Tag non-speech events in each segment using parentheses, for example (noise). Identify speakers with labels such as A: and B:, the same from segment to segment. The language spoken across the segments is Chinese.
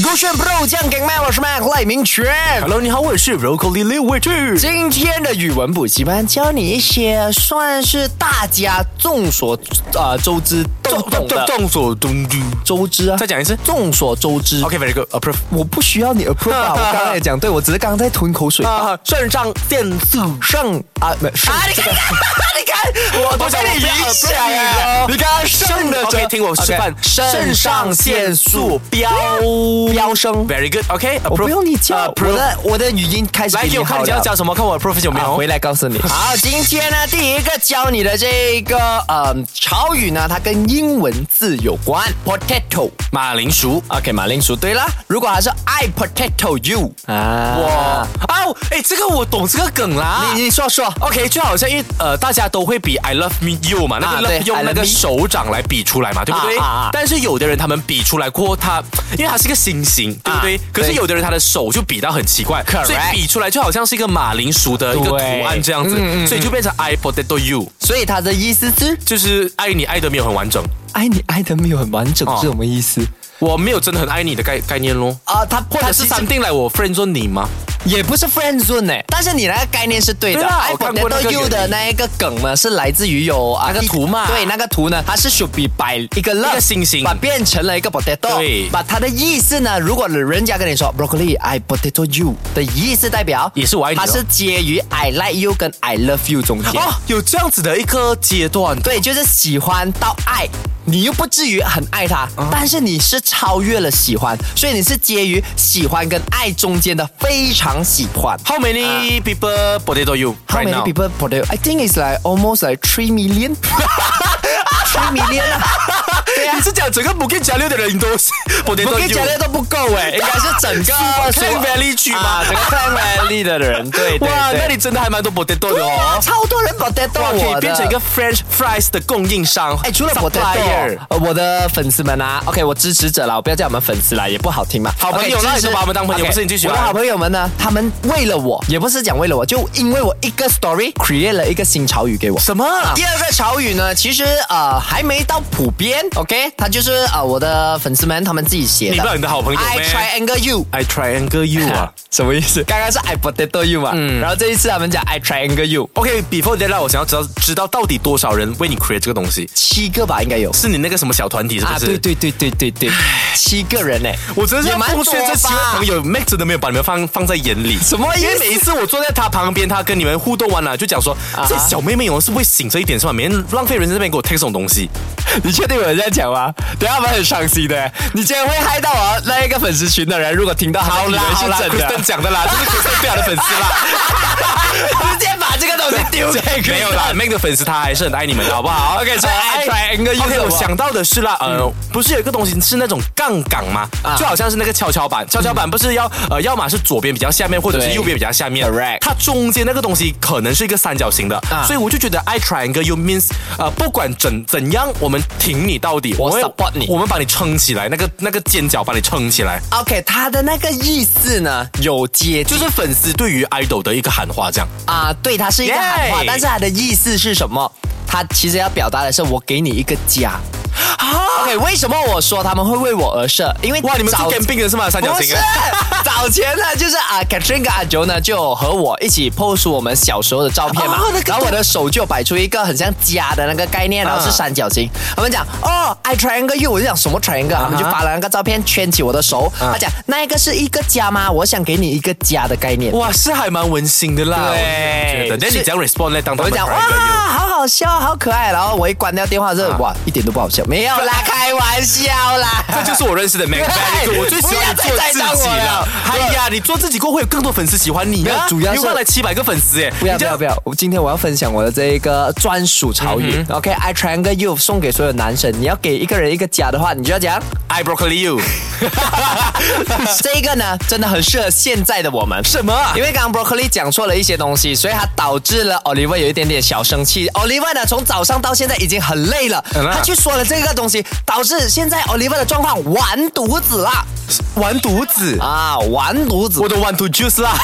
A: 勾选 Pro 酱给麦，我是麦赖明全。
B: Hello，你好，呃我是 Broccoli 六位置。
A: 今天的语文补习班教你一些算是大家众所啊、周知都懂的
B: 众所周知。
A: 周知啊，
B: 再讲一次啊
A: 众所周知。
B: OK，very、good，approve。
A: 我不需要你 approve 啊，我刚才也讲对，我只是刚刚在吞口
B: (laughs)
A: 水。
B: 啊，肾上腺素。
A: 上啊，没
B: (laughs)
A: 上
B: 啊你看
A: 你看， (laughs) 我
B: 我
A: 都
B: 想
A: 被
B: 我
A: 你
B: 不要
A: 影
B: approve 你
A: 响了
B: 了。
A: 啊你刚刚上的
B: OK，听我示范
A: 肾上腺素
B: 飙
A: 飙升。
B: Very good，OK，approve。
A: 我不用你教，
B: 啊
A: 我的我的语音开始
B: 来
A: 比
B: 给我看
A: 好
B: 你要
A: 了
B: 教什么，看我 approve 有没
A: 啊，
B: 有。
A: 回来告诉你。 (laughs) 好，今天呢，第一个教你的这个呃潮语呢，它跟英文字有关，potato。
B: 马铃薯。
A: OK，马铃薯。对啦，如果它是 I potato you 啊
B: 哇，哦，哎，这个我懂这个梗啦。
A: 你你说说
B: OK，就好像因为呃，大家都会比 I love me you 嘛，那
A: 啊
B: 个 love、
A: 对
B: 用
A: I
B: 那
A: love
B: 个
A: me
B: 手掌来比出来嘛，对不对？
A: 啊啊啊
B: 但是有的人他们比出来过后它，因为它是一个星星，对不对？
A: 啊
B: 可是
A: 对
B: 有的人他的手就比到很奇怪
A: Correct
B: 所以比出来就好像是一个马铃薯的一个图案这样子，
A: 嗯
B: 所以就变成 I potato you，
A: 所以它的意思是
B: 就是爱你爱的没有很完整，
A: 爱你爱的没有很完整
B: 哦
A: 是什么意思？
B: 我没有真的很爱你的概概念咯。
A: 啊，它
B: 或者是
A: 它其实
B: something 来我 friend 说你吗？
A: 也不是 friend zone 哎，但是你那个概念是对的。
B: 对啦
A: I
B: 我看过那
A: potato
B: 个原
A: you
B: 理
A: 的那一个梗呢，是来自于有啊
B: 那个图嘛
A: 对，那个图呢，它是 should be by 一个 love
B: 一个星星
A: 把变成了一个 potato。
B: 对
A: 把它的意思呢，如果人家跟你说 broccoli I potato you 的意思代表
B: 也是我爱你哦
A: 它是介于 I like you 跟 I love you 中间。
B: 哦，有这样子的一个阶段的。
A: 对，就是喜欢到爱，你又不至于很爱他，
B: 嗯
A: 但是你是超越了喜欢，所以你是介于喜欢跟爱中间的非常喜欢。
B: How many people potato you
A: 啊 How
B: right
A: many
B: now?
A: people potato? I think it's like almost like
B: (laughs)
A: three million. three million 啊，对啊
B: 你，是讲整个 Bukit Jalil 的人都是 (laughs) potato you？
A: 我跟你讲的都不够
B: (laughs)
A: 哎，应该是整个
B: Clan Valley 区吗
A: 啊
B: (laughs)
A: 整个 Clan Valley 的人，对对
B: 哇，那
A: 对。
B: 你真的还蛮多 potato 的
A: 对啊，
B: 哦。
A: 超多人 potato
B: 哇，可
A: 我
B: 以
A: 的
B: 变成一个 French fries 的供应商。
A: 哎，除了
B: supplier
A: potato，呃我的粉丝们啊，OK，我支持者啦，我不要叫我们粉丝啦，也不好听嘛。
B: 好朋友
A: OK，
B: 啦
A: 支持
B: 你都把我们当朋友
A: OK，
B: 不是你最啊喜欢
A: 我的好朋友们呢，他们为了我，也不是讲为了我，就因为我一个 story create 了一个新潮语给我。
B: 什么？
A: (laughs) 第二个潮语呢，其实呃还没到普遍，OK，它就是呃我的粉丝们他们自己写的。
B: 你不知道你的好朋友
A: I
B: 咩
A: triangle you。
B: I triangle you (laughs) 啊
A: 什么意 (laughs) 思？刚刚是 I potato you 嘛，
B: 嗯
A: 然后这一次他们讲 I triangle you，
B: OK，before、that，让我想要知道知道到底多少人为你 create 这个东西？
A: 七个吧，应该有。
B: 是你那个什么小团体是不是？
A: 啊，对对对对对对，七个人呢、
B: 我真的
A: 也
B: 是
A: 蛮
B: 奉劝这七位
A: 多吧
B: 朋友，Mac 真的没有把你们放放在眼里。
A: 什么意思
B: 因为每一次我坐在他旁边，他跟你们互动完了，就讲说、
A: 啊
B: 这小妹妹哦是会醒着一点是吧？每天浪费人生这边给我 take 这种东西。
A: 你确定有人这样讲吗？等一下他们很伤心的，你竟然会害到我那一个粉丝群的人，如果听到他
B: 好
A: 们以
B: 啦
A: 为
B: 好啦
A: 是真的
B: ，Kristen，讲的啦，这是 Kristen 最好的粉丝啦，
A: (laughs) 直接把这个东西丢给
B: (laughs)
A: Kristen
B: 没有啦，Mac 的粉丝他还是很爱你们的，好不好？OK，
A: 所以 I triangle you
B: OK，
A: 是什么
B: 我想到的是啦，呃，不是有一个东西是那种杠杆吗
A: 啊？嗯
B: 就好像是那个跷跷板，跷跷板不是要呃，要么是左边比较下面，或者是
A: 对
B: 右边比较下面
A: Correct，
B: 它中间那个东西可能是一个三角形的
A: 啊，
B: 所以我就觉得 I triangle you means 呃，不管怎怎样，我们挺你到底，
A: 我
B: 们
A: support 你
B: 我们把你撑起来，那个那个尖角把你撑起来，
A: OK，他的那个意思呢，有接就
B: 就是是粉丝对于 idol 的一个喊话这样。
A: 啊、对，它是一个喊话
B: Yay
A: 但是它的意思是什么？它其实要表达的是我给你一个家。OK，为什么我说他们会为我而设？因为
B: 啊哇，你们是
A: 早
B: camping 的是吗？三角
A: 不
B: 形
A: 是
B: 啊。，
A: (laughs) 早前呢，就是啊，Katrin 跟阿九呢就和我一起 pose 我们小时候的照片嘛，
B: 哦那个啊
A: 然后我的手就摆出一个很像家的那个概念，然后是三角形。他们讲哦，I triangle you，我就讲什么 triangle，、他
B: 啊
A: 们就发了那个照片圈起我的手，他讲那一个是一个家吗？我想给你一个家的概念。
B: 哇，是还蛮温馨的啦，
A: 对
B: 我觉得。那你怎样 respond 呢？当他
A: 我
B: 们
A: 就讲
B: cry
A: 哇，
B: 了
A: 好好笑，好可爱。然后我一关掉电话之后，
B: 啊
A: 哇，一点都不好笑，没有啦，开玩笑啦。
B: 又，这就是我认识的 Mac
A: 哎
B: Barry，我最喜欢你
A: 不要再栽
B: 做
A: 赃
B: 自己
A: 我
B: 了
A: 了。
B: 哎呀，你做自己过后会有更多粉丝喜欢你
A: 没
B: 啊
A: 有，主要是
B: 又换来七百个粉丝哎，
A: (laughs) 不要
B: 你嗯
A: 不
B: 这样
A: 要不要！我今天我要分享我的这一个专属潮语。OK，I、triangle you 送给所有男生。你要给一个人一个家的话，你就要
B: (laughs)
A: 讲
B: I broccoli you，
A: 这一个呢，真的很适合现在的我们。
B: 什么啊
A: 因为刚刚 broccoli 讲错了一些东西，所以他导致了 Oliver 有一点点小生气。Oliver 呢，从早上到现在已经很累了，
B: 嗯啊
A: 他去说了这个东西，导致现在 Oliver 的状况完犊子啦！
B: 完犊子，
A: 啊，完犊子！
B: 我的 one to juice 啦。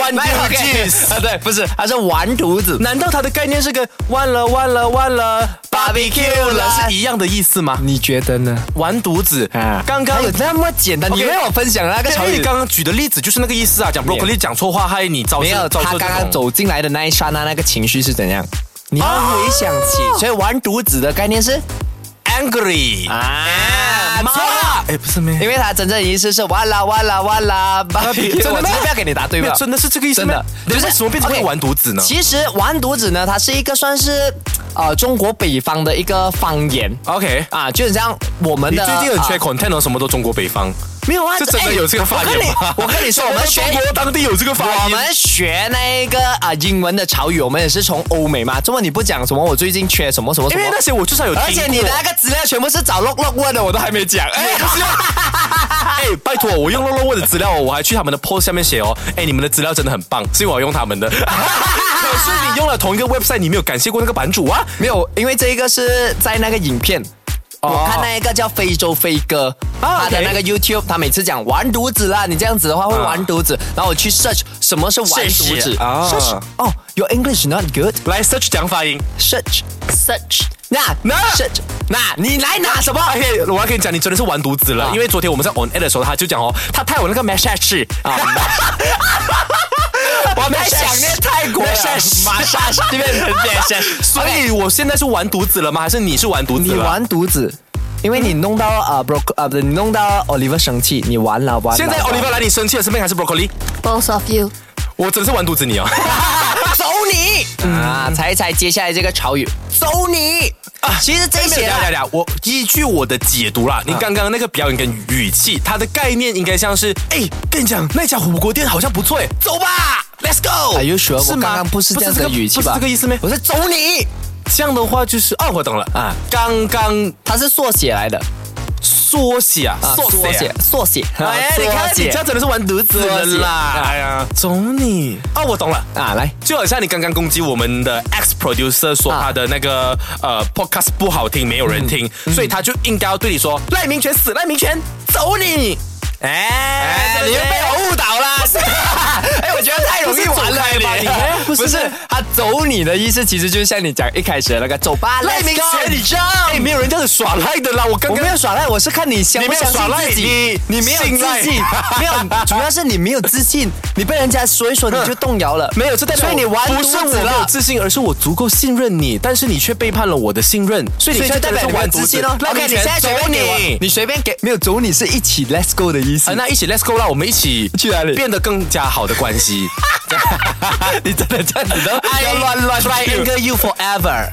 B: one
A: 来
B: two
A: OK
B: juice。
A: (laughs) 啊，对，不是，它是完犊子
B: 难道它的概念是跟完了完了完了
A: barbecue 啦
B: 是。一样的意思吗？
A: 你觉得呢？
B: 完犊子，刚刚
A: 啊哪有那么简单，你
B: OK
A: 为我分享的那个
B: 乔
A: 成
B: 宇
A: 语。
B: 刚刚举的例子就是那个意思啊，讲 broccoli 讲错话，害你遭
A: 没有，
B: 受遭
A: 他
B: 受
A: 刚
B: 这
A: 刚
B: 种。
A: 走进来的那一刹那，那个情绪是怎样？你要回想起，所以完犊子的概念是
B: angry
A: 啊，
B: 妈
A: 错了，
B: 哎，不是咩？
A: (laughs) 因为他真正意思是哇啦哇啦哇啦， (laughs)
B: 比
A: 真的
B: 我真的
A: 不要给你答对
B: 没
A: 吧
B: 有？真的是这个意思
A: 真
B: 吗？
A: 的，
B: 那为什么变成会
A: OK，
B: 完犊子呢？
A: 其实完犊子呢，它是一个算是呃中国北方的一个方言
B: OK，
A: 啊，就很像我们
B: 你
A: 的
B: 最近很缺
A: 啊
B: content 哦，什么都中国北方，
A: 没有啊？
B: 是真的有这个发
A: 哎
B: 言吗？
A: 我跟你我跟
B: (laughs)
A: 你说，我 (laughs) 们学
B: 中国当地有这个发言，
A: 我们学那个啊、英文的潮语，我们也是从欧美嘛。中文你不讲什么，我最近缺什么什么什
B: 因为
A: 么
B: 那。些我至少有听
A: 而且你
B: 过
A: 的那个资料全部是找 look look 问的，我都还没讲。
B: (laughs)
A: 哎，不是
B: 哎，拜托，我用 LOLO 问的资料哦，我还去他们的 post 下面写哦，哎，你们的资料真的很棒，是因为我用他们的。 (laughs) 可是你用了同一个 website，你没有感谢过那个版主啊？
A: 没有，因为这一个是在那个影片。我看那一个叫非洲飞哥，
B: 哦啊
A: 他的
B: OK
A: 那个 YouTube，他每次讲完犊子啦，你这样子的话会完犊子。然后我去 search 什么是完犊
B: Search
A: 子
B: 啊
A: ，search 哦，Your English not good。
B: 来 search 讲发音。
A: search search，那那 search，那你来拿
B: (laughs)
A: 什么？
B: 而且哎我要跟你讲，你真的是完犊子了，
A: 啊
B: 因为昨天我们在 on air 的时候，他就讲哦，他太有那个 message
A: (laughs)
B: 啊，
A: 我太想念泰国了，
B: Message
A: 马
B: (laughs)
A: 莎莎这边很 message，
B: 所以我现在是完犊子了吗？还是你是完犊子
A: 你
B: 了？
A: 完犊子，因为你弄到啊 bro 啊不是，你弄到 Oliver 生气，你完了完了。
B: 现在
A: 完了
B: Oliver 来，你生气了是 m 还是 broccoli？
C: Both of you，
B: 我真的是完犊子你哦。
A: (laughs) 走你、
B: 嗯
A: 啊！猜一猜接下来这个潮语，走你啊！其实这
B: 哎没有
A: 些
B: 等一下等一
A: 啊，
B: 下，我依据我的解读啦，你刚刚那个表演跟语气，它的概念应该像是，哎，跟你讲，那家火锅店好像不错，哎，走吧，Let's go。
A: Are you sure？我哎刚刚不是这样子的
B: 个
A: 语气吧
B: 不是这个意思咩？
A: 我是走你，
B: 这样的话就是，哦，我懂了啊
A: 啊，
B: 刚刚
A: 它是缩写来的，
B: 缩写啊，
A: 啊
B: 缩写啊。
A: 缩写，
B: 哎，你看，你这样真的是完犊子了
A: 缩写
B: 啦！
A: 啊
B: 哎呀，走你！哦，我懂了。
A: 啊，来，
B: 就好像你刚刚攻击我们的 ex producer 说
A: 啊嗯
B: 他的那个、呃 podcast 不好听，没有人听，所以他就应该要对你说赖明权死赖明权，走你！哎
A: 哎，你又被我误导啦！哎，我觉得太容易玩了吧你
B: 哎不是
A: 不是，他走你的意思其实就是像你讲一开始的那个走吧，
B: 赖
A: let's
B: 明
A: go
B: 权，你这样哎，没有人这样子耍赖的啦！我刚
A: 我
B: 刚
A: 没有耍赖，我是看你相
B: 你
A: 不
B: 没有
A: 相信
B: 耍赖
A: 自己，
B: 你
A: 你没有
B: 信赖
A: 自信，没有，主要是你没有自信，你被人家说一说你就动摇了，
B: 没有，这代表
A: 所以你完犊
B: 不是
A: 子
B: 我没有
A: 了。
B: 自信，而是我足够信任你，但是你却背叛了我的信任，所以你
A: 所
B: 现
A: 以就
B: 在
A: 代
B: 真的是
A: 表你没有
B: 完犊
A: 自
B: 子
A: 信哦。
B: 赖
A: OK，
B: 明
A: 你现
B: 权，
A: 在
B: 走
A: 随便给我
B: 你！
A: 你随便给，没有走你是一起 Let's go 的意思
B: 啊，。那一起 Let's go 啦！我们一起
A: 去哪里
B: 变得更加好的关
A: (laughs)
B: 系。
A: 你真的 (laughs) 这样子的？
B: I
A: 要乱乱
B: (laughs)
A: triangle you forever。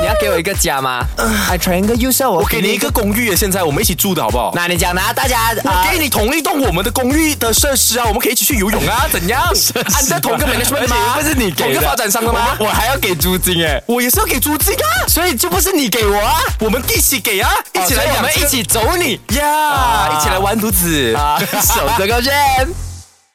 A: 你要给我一个家吗？I triangle you 是要我
B: 我给你一个，公寓，现在我们一起住的好不好？
A: 那你讲拿大家啊
B: 我给你同一栋我们的公寓的设施啊，我们可以一起去游泳啊，怎样？
A: (laughs)
B: 按照同一个 management
A: 而且
B: 吗？
A: 又不是你
B: 同一
A: 给的
B: 个发展商的吗？
A: 我我还要给租金哎，
B: 我也是要给租金啊，
A: 所以就不是你给我啊，
B: 我们一起给啊，一
A: 一
B: 起
A: 起
B: 来
A: 来
B: 养
A: 哦
B: 啊
A: 我
B: 这个
A: 们一起走你 (laughs)
B: 呀，一起来完犊子。
A: 啊，守着个圈。